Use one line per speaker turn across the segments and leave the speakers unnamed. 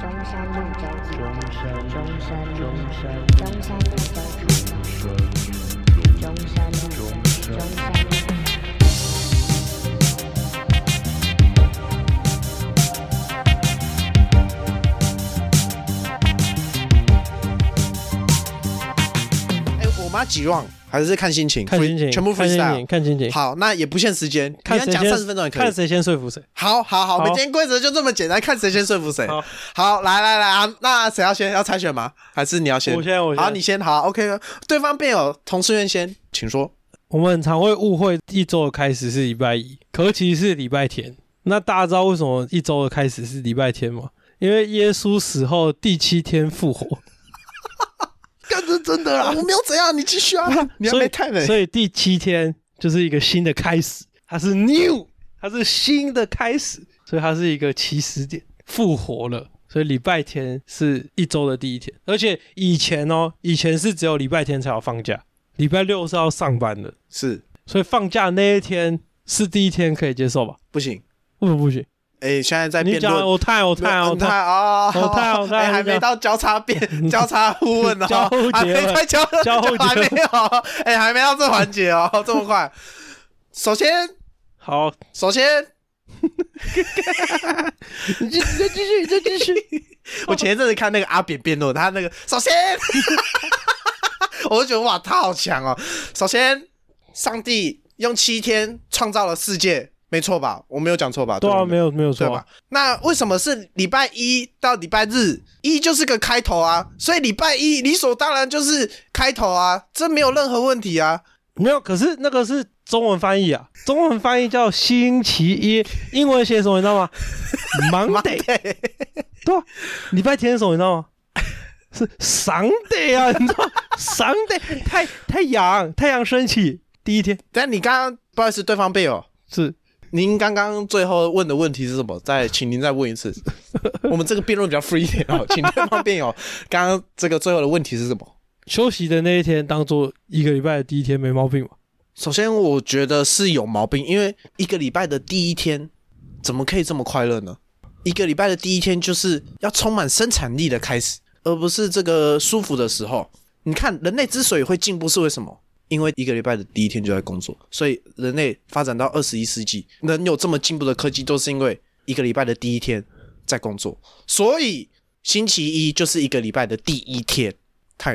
中山路中
中山路
中山路
中山路
中山路中中山路中山路。
哎、我们要几 round 还是看心情？
看心情，
全部
看心
freestyle
情，。看心情，
好，那也不限时间，你
看
要
谁
讲
先
三十分钟也可以
看。谁先说服谁。
好好好，我们
好
今天规则就这么简单，看谁先说服谁。
好
好，来来来啊，那谁要先？要猜拳吗？还是你要先？
我先我先
好，你先。好，OK。对方辩友同事愿先，请说。
我们很常会误会一周的开始是礼拜一，可其实是礼拜天。那大家知道为什么一周的开始是礼拜天吗？因为耶稣死后第七天复活，
干这是真的啊啦，我没有怎样，你继续啊，你还
所以
没看呢、
所以第七天就是一个新的开始，它是 new，它是新的开始，所以它是一个起始点，复活了。所以礼拜天是一周的第一天，而且以前哦，以前是只有礼拜天才有放假，礼拜六是要上班的，
是
所以放假那一天是第一天可以接受吧？
不行。
为什么不行？
哎、现在在
你
辩
讲
论，
我太我太我
嗯太
太
哦，
哦太哦太
哎
你
还没
讲
到交叉 辩交叉互问哦，
交互
还没
结论
到交
交互
还
结
没
论
有， 哎、还没到这环节哦， 这么快。首先，
好，
首先，
哦你继再继续再继续，
我前一阵子看那个阿扁辩论，他那个首先， 我就觉得哇，他好强哦。首先，上帝用七天创造了世界，没错吧？我没有讲错吧？
对
吧
啊，没有没有
对
错
吧
啊，？
那为什么是礼拜一到礼拜日？一就是个开头啊，所以礼拜一理所当然就是开头啊，这没有任何问题啊。
没有，可是那个是中文翻译啊，中文翻译叫星期一，英文写什么你知道吗？Monday，对啊，礼拜天是什么你知道吗？是 Sunday 啊，你知道 Sunday 太太阳太阳升起第一天
但你刚刚不好意思，对方辩友，
是
您刚刚最后问的问题是什么？再请您再问一 次。我们这个辩论比较 free 一点哦，请对方辩友，刚刚这个最后的问题是什么？
休息的那一天当做一个礼拜的第一天没毛病吧？
首先，我觉得是有毛病，因为一个礼拜的第一天怎么可以这么快乐呢？一个礼拜的第一天就是要充满生产力的开始，而不是这个舒服的时候。你看，人类之所以会进步是为什么？因为一个礼拜的第一天就在工作，所以人类发展到二十一世纪，能有这么进步的科技，都是因为一个礼拜的第一天在工作。所以星期一就是一个礼拜的第一天，太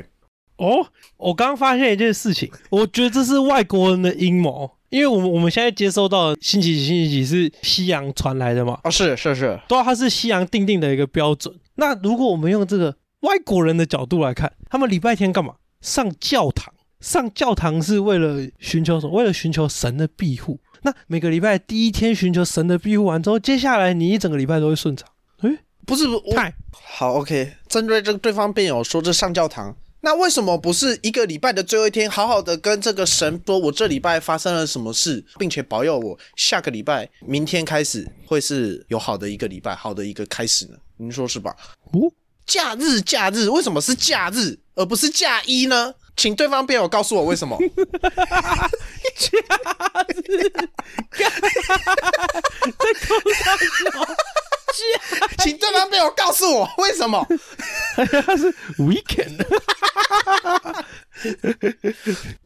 哦，我刚发现一件事情，我觉得这是外国人的阴谋，因为我们我们现在接收到的星期几星期几是西洋传来的嘛，
哦，是是是，
对、啊，它是西洋定定的一个标准。那如果我们用这个外国人的角度来看，他们礼拜天干嘛？上教堂，上教堂是为了寻求什么？为了寻求神的庇护。那每个礼拜第一天寻求神的庇护完之后，接下来你一整个礼拜都会顺畅。诶，
不是我
太
好，OK。针对这个对方辩友说这上教堂，那为什么不是一个礼拜的最后一天，好好的跟这个神说，我这礼拜发生了什么事，并且保佑我下个礼拜、明天开始会是有好的一个礼拜，好的一个开始呢？您说是吧？
哦，
假日，假日，为什么是假日而不是假一呢？请对方辩友告诉我为什么？ 请对方辩友告诉我为什么？
他是 weekend。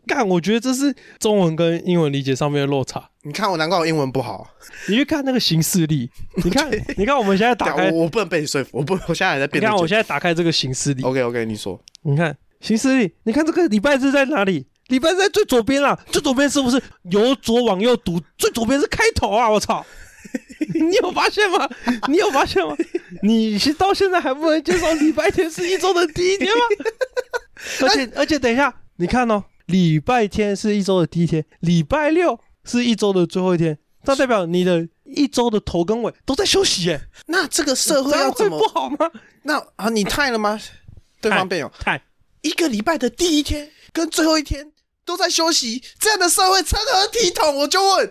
干，我觉得这是中文跟英文理解上面的落差。
你看我，难怪我英文不好。
你去看那个形式力，你看，你看我们现在打
但
开，
我我不能被你说服，我不，我现在还在
你
辩
看
论
我
中。
现在打开这个形式力，
OK OK，你说。
你看行事历，你看这个礼拜日在哪里？礼拜日在最左边啊，最左边是不是由左往右读？最左边是开头啊！我操， 你有发现吗？你有发现吗？你是到现在还不能接受礼拜天是一周的第一天 吗？而且而且，等一下，你看哦，礼拜天是一周的第一天，礼拜六是一周的最后一天，这代表你的一周的头跟尾都在休息耶，
那这个社会
这
要
样
啊怎
会
么
不好吗？
那啊，你太了吗？对方哦辩友，
哎太
一个礼拜的第一天跟最后一天都在休息，这样的社会成何体统？我就问，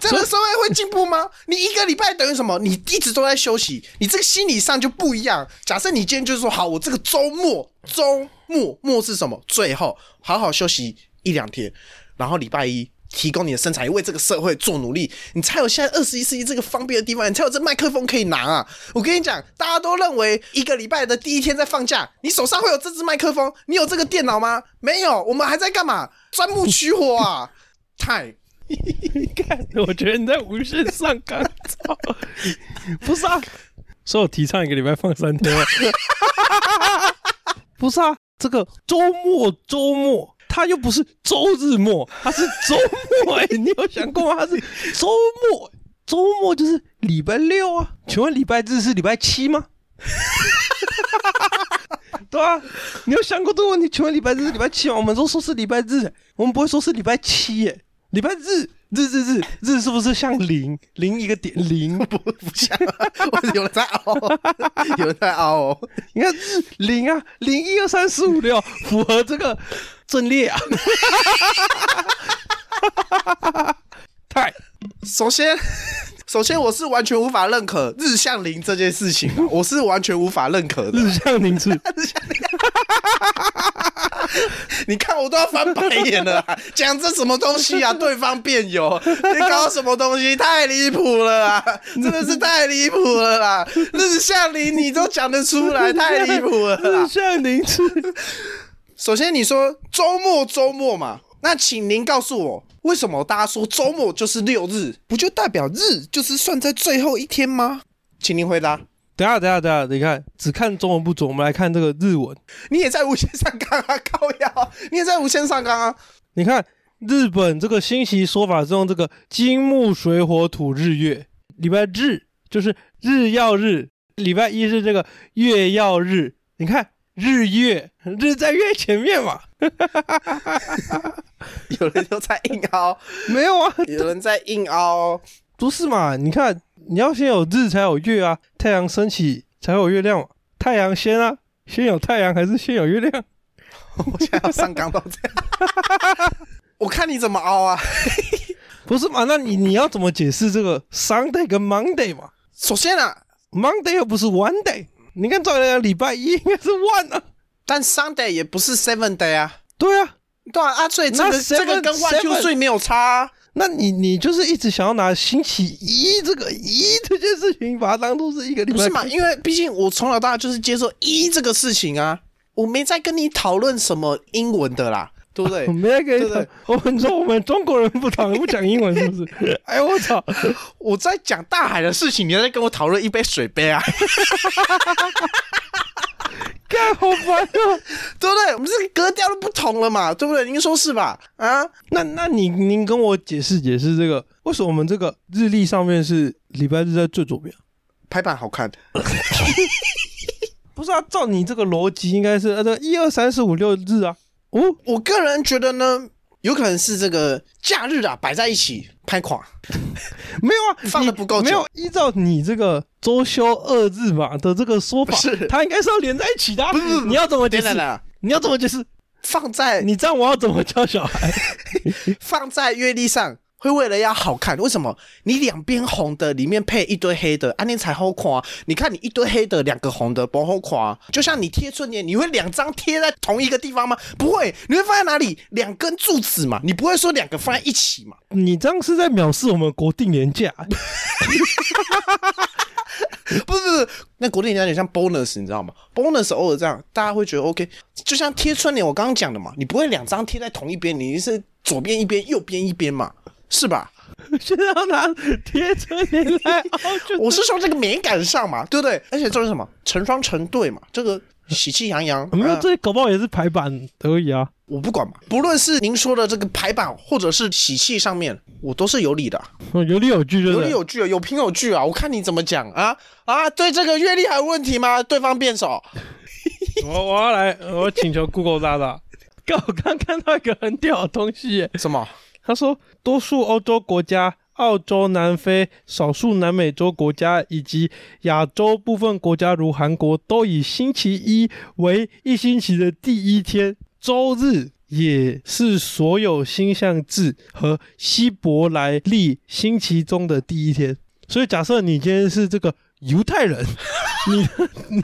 这样的社会会进步吗？你一个礼拜等于什么？你一直都在休息，你这个心理上就不一样。假设你今天就是说，好，我这个周末，周末末是什么？最后好好休息一两天，然后礼拜一提供你的身材，为这个社会做努力，你才有现在二十一世纪这个方便的地方，你才有这麦克风可以拿啊！我跟你讲，大家都认为一个礼拜的第一天在放假，你手上会有这支麦克风，你有这个电脑吗？没有，我们还在干嘛？钻木取火啊！太
看， 我觉得你在无限上纲，操！ 不是啊，所以我提倡一个礼拜放三天啊。 不是啊，这个周末周末，它又不是周日末，它是周末、 欸。你有想过吗？它是周末，周末就是礼拜六啊。请问礼拜日是礼拜七吗？对啊，你有想过这个问题？请问礼拜日是礼拜七吗？我们都说是礼拜日、欸我们不会说是礼拜七耶、礼拜日。日日日日是不是像零零一个点零？
不不像，我有人在凹，有人在凹哦。
你看日零啊，零一二三四五六，符合这个阵 列啊。太
首先，首先我是完全无法认可日向林这件事情、啊，我是完全无法认可的。
日向凝视，
你看我都要翻白眼了啊、讲这什么东西啊？对方辩友，你搞什么东西？太离谱了啊！真的是太离谱了啦！日向林你都讲得出来，太离谱了啦
日！向凝视，
首先你说周末周末嘛，那请您告诉我，为什么大家说周末就是六日，不就代表日就是算在最后一天吗？请您回答。
等一下等一下等一下，你看只看中文不足，我们来看这个日文。
你也在无限上纲啊，高腰，你也在无限上纲啊。
你看日本这个新奇说法是用这个金木水火土日月，礼拜日就是日曜日，礼拜一是这个月曜日。你看日月日在月前面嘛？
有人都在硬凹，
没有啊，
有人在硬凹。哦
不是嘛？你看，你要先有日才有月啊，太阳升起才有月亮嘛。太阳先啊，先有太阳还是先有月亮？
我现在要上纲到这样，我看你怎么凹啊。
不是嘛？那你你要怎么解释这个 Sunday 跟 Monday 嘛
首先啊，
？Monday 又不是 One Day，你看照理来讲礼拜一应该是 One 啊。
但 Sunday 也不是 Seven Day 啊。
对啊，
对啊，啊所以这
那
个这个
seven-
跟 One Two
seven-
Three 没有差、啊。
那你你就是一直想要拿星期一这个一这件事情，把它当做是一个礼拜。
不是嘛？因为毕竟我从小到大就是接受一这个事情啊，我没在跟你讨论什么英文的啦，对不对
我？们要给
对对
我们说我们中国人不讨不讲英文是不 是？哎呦我操！
我在讲大海的事情，你在跟我讨论一杯水杯啊，
干好烦啊！
对不对？我们这个格调都不同了嘛，对不对？您说是吧？啊，
那那你您跟我解释解释这个，为什么我们这个日历上面是礼拜日在最左边？
排版好看，
不是啊，照你这个逻辑，应该是呃，这一二三四五六日啊。哦，
我个人觉得呢，有可能是这个假日啊摆在一起拍垮，
没有啊，
放得
你
不够久
没有依照你这个周休二日嘛的这个说法，
是
它应该是要连在一起的、啊。不是，你要怎么解
等
释
等？啦，
你要怎么解释？
放在
你这样我要怎么教小孩？
放在阅历上，会为了要好看。为什么？你两边红的里面配一堆黑的，啊，你才好看、啊。你看你一堆黑的，两个红的不好看、啊。就像你贴春联，你会两张贴在同一个地方吗？ 不会，你会放在哪里？两根柱子嘛，你不会说两个放在一起嘛？
你这样是在藐视我们国定年假。
不是不是，那国内人家有点像 bonus，你知道吗？bonus 偶尔这样，大家会觉得 OK。就像贴春联，我刚刚讲的嘛，你不会两张贴在同一边，你是左边一边，右边一边嘛，是吧？
现在要拿贴春联 来凹，就
我是说这个美感上嘛，对不对？而且这是什么成双成对嘛，这个喜气洋洋。
没有
呃
这搞不好也是排版而已啊。
我不管嘛，不论是您说的这个排版，或者是喜气上面，我都是有理的啊，
哦有理有据，对
有
不
理
对？
有据啊，有凭有据啊。我看你怎么讲啊啊！对这个阅历还有问题吗？对方辩手，
我我要来，我请求 Google 大大。 刚我刚看到一个很屌的东西耶，
什么？
他说多数欧洲国家、澳洲、南非、少数南美洲国家以及亚洲部分国家，如韩国，都以星期一为一星期的第一天，周日。也是所有星象制和希伯来历星期中的第一天，所以假设你今天是这个犹太人，你的、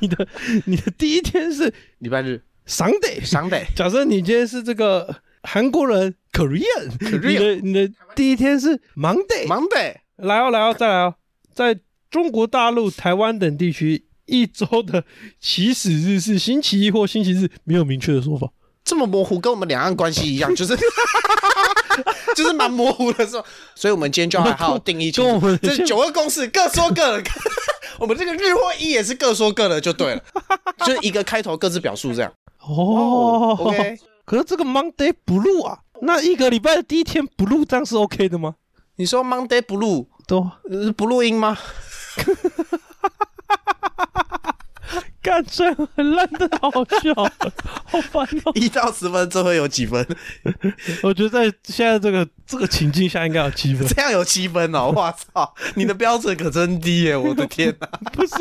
你的、你的第一天是
礼拜日
Sunday，
，Sunday，
假设你今天是这个韩国人， Korean，你的你的第一天是 Monday，
Monday
来哦来哦再来哦，在中国大陆、台湾等地区，一周的起始日是星期一或星期日，没有明确的说法。
这么模糊，跟我们两岸关系一样，就是 就是蛮模糊的，是吧？所以我们今天就要好好定义清
跟我
楚
们，
这九个公式各说各的， 我们这个日或一也是各说各的，就对了，就是一个开头各自表述这样。
哦
OK，
可是这个 Monday Blue 啊，那一个礼拜的第一天 Blue 这样是 OK 的吗？
你说 Monday Blue
都
呃是不录音吗？
干这样很烂的好笑，好烦 哦！
一到十分，这会有几分？
我觉得在现在这个这个情境下应该有七分，
这样有七分哦！哇操，你的标准可真低耶！我的天 哪、啊！
不是？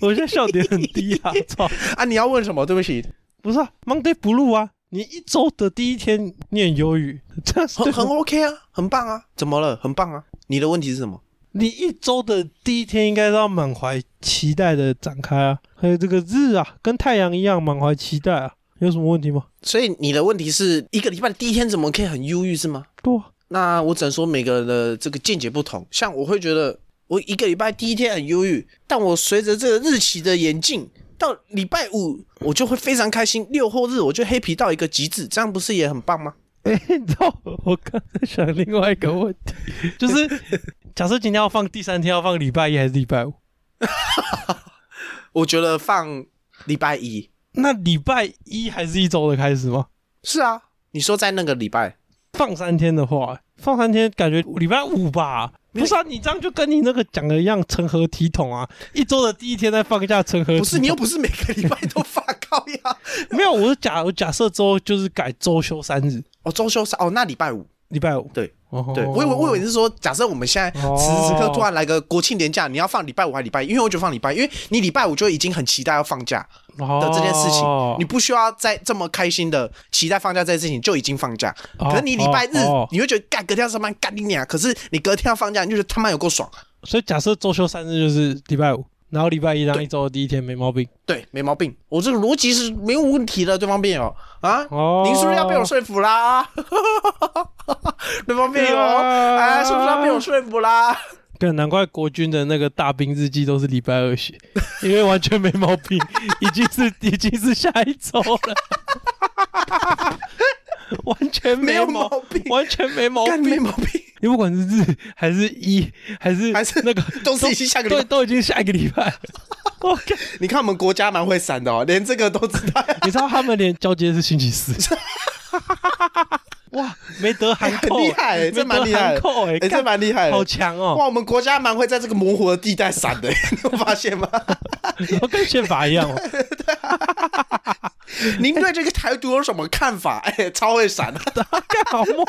我现在笑点很低啊！操，
你要问什么？对不起，
不是啊，Monday Blue 啊，你一周的第一天念忧郁，这样是对
很
吗
很 OK 啊，很棒啊！怎么了？很棒啊！你的问题是什么？
你一周的第一天应该要满怀期待的展开啊，还有这个日啊，跟太阳一样满怀期待啊，有什么问题吗？
所以你的问题是一个礼拜第一天怎么可以很忧郁是吗？
对啊、
那我只能说每个人的这个见解不同。像我会觉得我一个礼拜第一天很忧郁，但我随着这个日期的演进，到礼拜五我就会非常开心，六或日我就黑皮到一个极致，这样不是也很棒吗？
哎、你知道我刚才想另外一个问题， 就是假设今天要放第三天，要放礼拜一还是礼拜五？
我觉得放礼拜一
那礼拜一还是一周的开始吗？
是啊，你说在那个礼拜，
放三天的话，放三天感觉礼拜五吧？不是啊，你这样就跟你那个讲的一样，成何体统啊？一周的第一天再放假，成何体统？
不是你又不是每个礼拜都发高呀？
没有，我是假我假设周就是改周休三日，
哦，周休三哦，那礼拜五
礼拜五。
对。
哦
对，我以为我以为你是说，假设我们现在此时此刻突然来个国庆连假，你要放礼拜五还礼拜一？因为我觉得放礼拜一，因为你礼拜五就已经很期待要放假的
的
这件事情，
哦、
你不需要再这么开心的期待放假这件事情就已经放假。
哦
可是你礼拜日、
哦哦
你会觉得干隔天要上班干你娘，可是你隔天要放假，你就觉得他妈有够爽。
所以假设周休三日就是礼拜五，然后礼拜一当一周的第一天没毛病。
对，没毛病，我这个逻辑是没有问题的，对方辩友啊，
哦
您是不是要被我说服啦？ 对方辩友，
啊
哎，是不是要被我说服啦？
对，难怪国军的那个大兵日记都是礼拜二写，因为完全没毛病，已经是已经是下一周了，完全
没有
毛
毛病
完全没毛
干
病。
没毛病。
你不管是日还是一还是
还是
那个
都是已经下个礼拜
对，都已经下一个礼拜了。我靠！
你看我们国家蛮会闪的哦，连这个都知 道，
你知道他们连交接是星期四， 哇，没得函
哎很
扣、
厉害、
没
欸，这
得
蛮厉害
函
的，
扣哎、
哎、这蛮厉害
干
的，
好强
哇，
哦，
我们国家蛮会在这个模糊的地带闪的、 你有发现 吗？
我跟宪法一样哦。
您对这个台独有什么看法？哎、超会 闪，
干好 猛，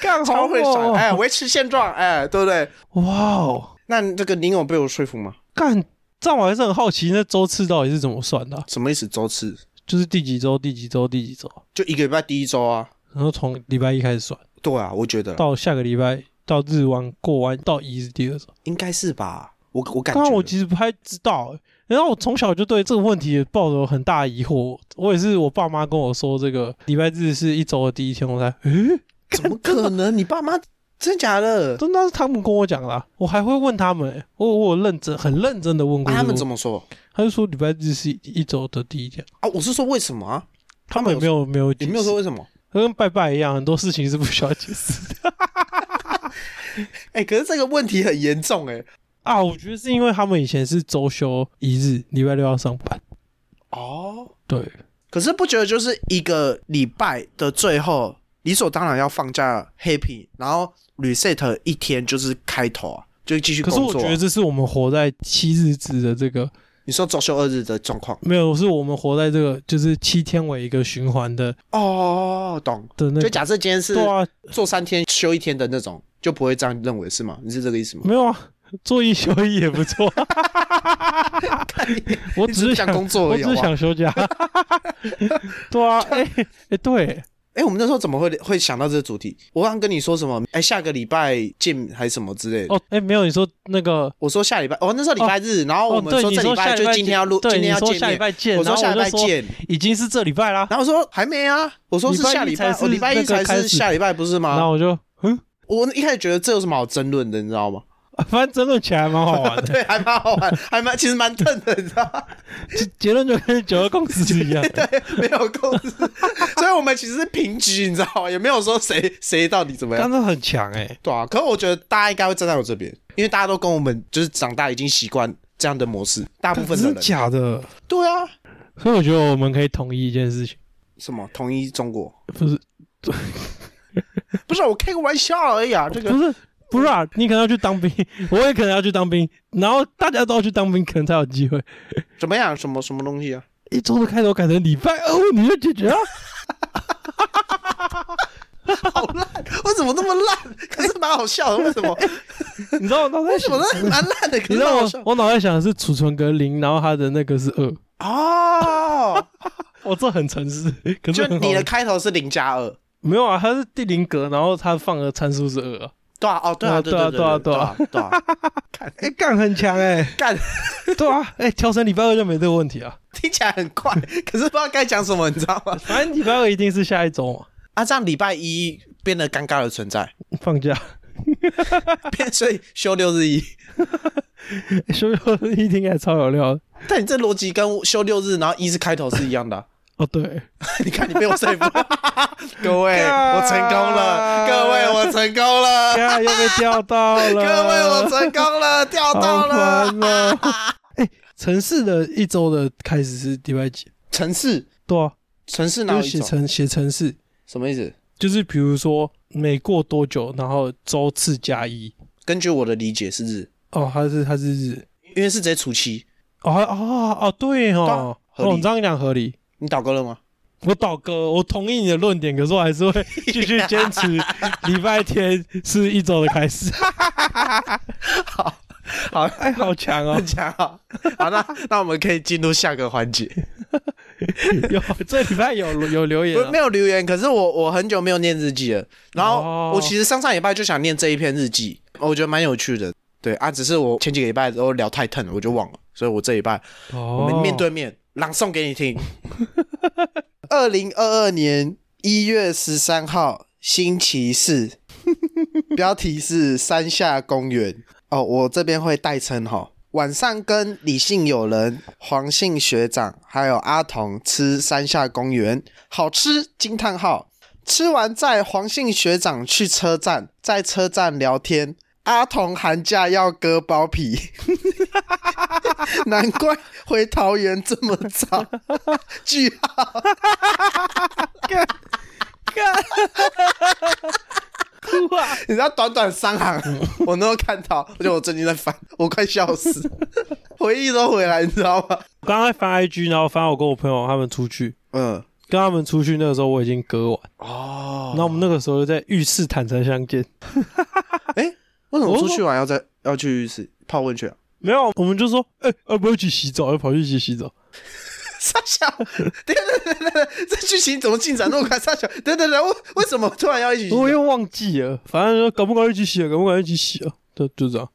干好
超会闪，
猛！
哎、维持现状，哎、对不对？
哇哦，
那这个您有被我说服吗？
干！这样我还是很好奇，那周次到底是怎么算的啊、
什么意思？周次
就是第几周、第几周、第几周，啊
就一个礼拜第一周啊？
然后从礼拜一开始算，
对啊，我觉得
到下个礼拜到日完过完到一是第二周。
应该是吧，我我感
刚刚我
觉。
其实不太知道、欸，然后我从小就对这个问题也抱有很大疑惑。我也是我爸妈跟我说，这个礼拜日是一周的第一天，我才诶，
怎 么可能？你爸妈真假的？
真的是他们跟我讲的啊、我还会问他们、欸，我我有认真很认真的问
啊
过这个问、
他们怎么说
他就说礼拜日是一周的第一天，
啊？我是说为什么啊？
他们也没有没有
你
解
没有说
释，
为什么？
跟拜拜一样，很多事情是不需要 解释的
哎、可是这个问题很严重哎、
啊。我觉得是因为他们以前是周休一日，礼拜六要上班，
哦，
对，
可是不觉得就是一个礼拜的最后，理所当然要放假 happy，然后 reset 一天就是开头啊，就继续
可是
工
我
作啊、
觉得这是我们活在七日制的这个
你说周休二日的状况，
没有，是我们活在这个就是七天为一个循环的
哦，懂。
的那
就
个。
假设今天是
对啊，
做三天休一天的那种，就不会这样认为是吗？你是这个意思吗？
没有啊，做一休一也 不错。我
你
只是
想工作
我
而已
只
好
是
不好
想休假。对啊，哎、哎、对，
哎、我们那时候怎么会会想到这个主题？我刚跟你说什么？哎、下个礼拜见还是什么之类的。
哦，哎，没有，你说那个
我说下礼拜，哦，那时候礼拜日，然后我
哦，
们
对，
说
你
这
说
礼
下
拜
礼
就
拜
今天要录，
对
今天要
你说
见
下礼
面。
拜见，
我说
然后
下礼
就
拜
说
见，
已经是这礼拜啦。
然后我说还没啊，我说是
礼拜一
下礼拜，
才是
哦礼拜一
那个
才
开
是
始
下礼拜不是
然后
吗？
我就嗯，
我一开始觉得这有什么好争论的，你知道吗？
反正争论起来还蛮好玩的，
对，还蛮好玩，还蛮其实蛮正的，你知道吗？
结结论就跟九二共识 一样。
没有控制，所以我们其实是平局，你知道吗？也没有说谁谁到底怎么样
刚。刚很强哎、
对啊，可是我觉得大家应该会站在我这边，因为大家都跟我们就是长大已经习惯这样的模式，大部分的
真
人。
的假的？
对啊，
所以我觉得我们可以统一一件事情，
什么统一中国？
不是
不是，我开个玩笑而已啊。这个
不是不是啊，你可能要去当兵，我也可能要去当兵，然后大家都要去当兵，可能才有机会。
怎么样？什么什么东西啊？
一周的开头改成礼拜二，你就解决啊了、
好烂！我怎么那么烂？可是蛮好笑的，为什么？
你知道我脑袋
为什
想
么，那蛮烂的？可是
你知
蛮
道
好
我
笑
我脑袋想的是储存格零，然后它的那个是二，
哦。
我这很诚实，可是
就
很好
你的
玩
开头是零加二，
没有啊，它是第零格，然后它放的参数是二、啊。
对啊，哦，对啊，对
对啊
对啊，对
对
啊
啊，
对啊，
哎、干很强哎、
干，
对啊，哎、调成礼拜二就没这个问题啊，
听起来很快，可是不知道该讲什么，你知道吗？
反正礼拜二一定是下一周嘛，
啊，这样礼拜一变得尴尬的存在，
放 假。
变所以休六日一。
修修一听起来超有料的
但你这逻辑跟休六日，然后一是开头是一样的啊、
哦，对，
你看你被我说服， 各位
干
我成功了，各位我成功了，
呀，又被钓到了，
各位我成功了，钓到
好
了。
烦哦。 哎，城市的一周的开始是礼拜几？
城市，
对啊，
城市哪
就
有
是
一
写
种？
城写城市，
什么意思？
就是比如说每过多久，然后周次加一。
根据我的理解是日，
哦，它是它是日。
因为是直接除夕。
哦还哦哦，对
对啊
哦，
合理
哦，你这样讲合理。
你导购了吗？
我倒戈，我同意你的论点，可是我还 是会继续坚持礼拜天是一周的开始。
好，好，
哎，好强 哦！
讲 好，好，那那我们可以进入下个环节。
有这礼拜有有留言、
不
啊
没，有留言，可是我我很久没有念日记了。然后、
哦
我其实上上礼拜就想念这一篇日记，我觉得蛮有趣的。对啊，只是我前几个礼拜都聊太疼了，我就忘了，所以我这礼拜、
我
我们面对面朗诵给你听。 二零二二年一月十三号星期四， 标题是山下公园。哦，我这边会代称哈。晚上跟李姓友人、黄姓学长还有阿童吃山下公园，好吃惊叹号！吃完载黄姓学长去车站，在车站聊天。阿童寒假要割包皮， 难怪回桃园这么早。 句号，
哭啊！
你知道短短三行，我能够看到，而且我最近在翻，我快笑死，回忆都回来，你知道吗？
我刚刚翻 IG，然后翻我跟我朋友他们出去，
嗯，
跟他们出去那个时候我已经割完，
哦
然，后我们那个时候就在浴室坦诚相见。
哎、为什么出去玩要在要去浴室泡温泉、啊？
没有，我们就说，哎、要不要一起洗澡？要跑去一起洗澡。
傻小， 对对对对，这剧情怎么进展那么快？傻小，对对对，为为什么突然要一起洗澡？
我又忘记了，反正就搞不搞一起洗啊，搞不搞一起洗啊，就就 这样。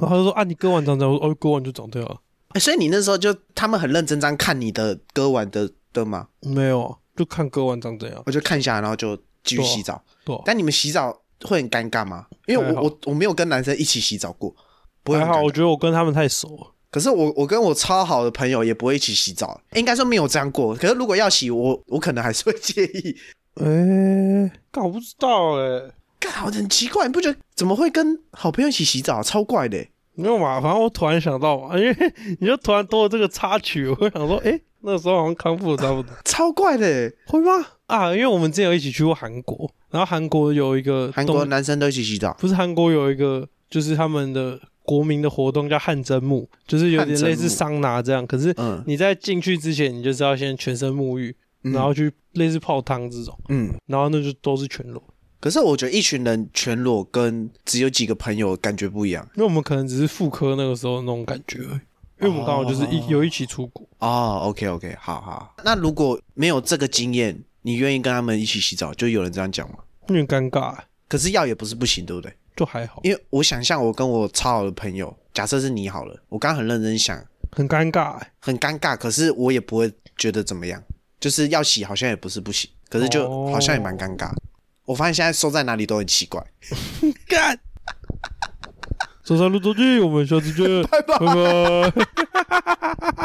然后他就说啊，你割完长这样，我说哦，割完就长这样啊。
欸所以你那时候就他们很认真这样看你的割完的的嘛，
没有啊，就看割完长怎样。
我就看一下，然后就继续洗澡。
对啊、
但你们洗澡会很尴尬吗？因为
还
我
好
我我没有跟男生一起洗澡过，不会
还
很
好，
尴
我
尬。
觉得我跟他们太熟了。
可是我我跟我超好的朋友也不会一起洗澡，应该说没有这样过。可是如果要洗，我我可能还是会介意。
哎、干我不知道哎、
干，好很奇怪，你不觉得怎么会跟好朋友一起洗澡？超怪的欸、
没有嘛，反正我突然想到嘛，因 为你就突然多了这个插曲，我就想说，哎、那时候好像康复得差不多，
超怪的欸、
会吗？啊，因为我们之前有一起去过韩国，然后韩国有一个
韩国
动
男生都一起洗澡，
不是韩国有一个，就是他们的国民的活动叫汗蒸木，就是有点类
汗蒸沐
似桑拿这样，可是
嗯
你在进去之前，你就是要先全身沐浴，
嗯
然后去类似泡汤这种，
嗯。
然后那就都是全裸，
可是我觉得一群人全裸跟只有几个朋友感觉不一样
因为我们可能只是妇科那个时候那种感觉而已。因为我们
哦
刚好就是一、有一起出国，
哦。OK OK，好好。那如果没有这个经验，你愿意跟他们一起洗澡，就有人这样讲嘛。
有点尴尬欸，
可是要也不是不行，对不对？
就还好，
因为我想象我跟我超好的朋友，假设是你好了，我刚刚很认真想，
很尴尬欸，
很尴尬，可是我也不会觉得怎么样，就是要洗好像也不是不行，可是就
哦
好像也蛮尴尬。我发现现在收在哪里都很奇怪。
干。 走山路走剧，我们下次见，
拜拜
拜拜。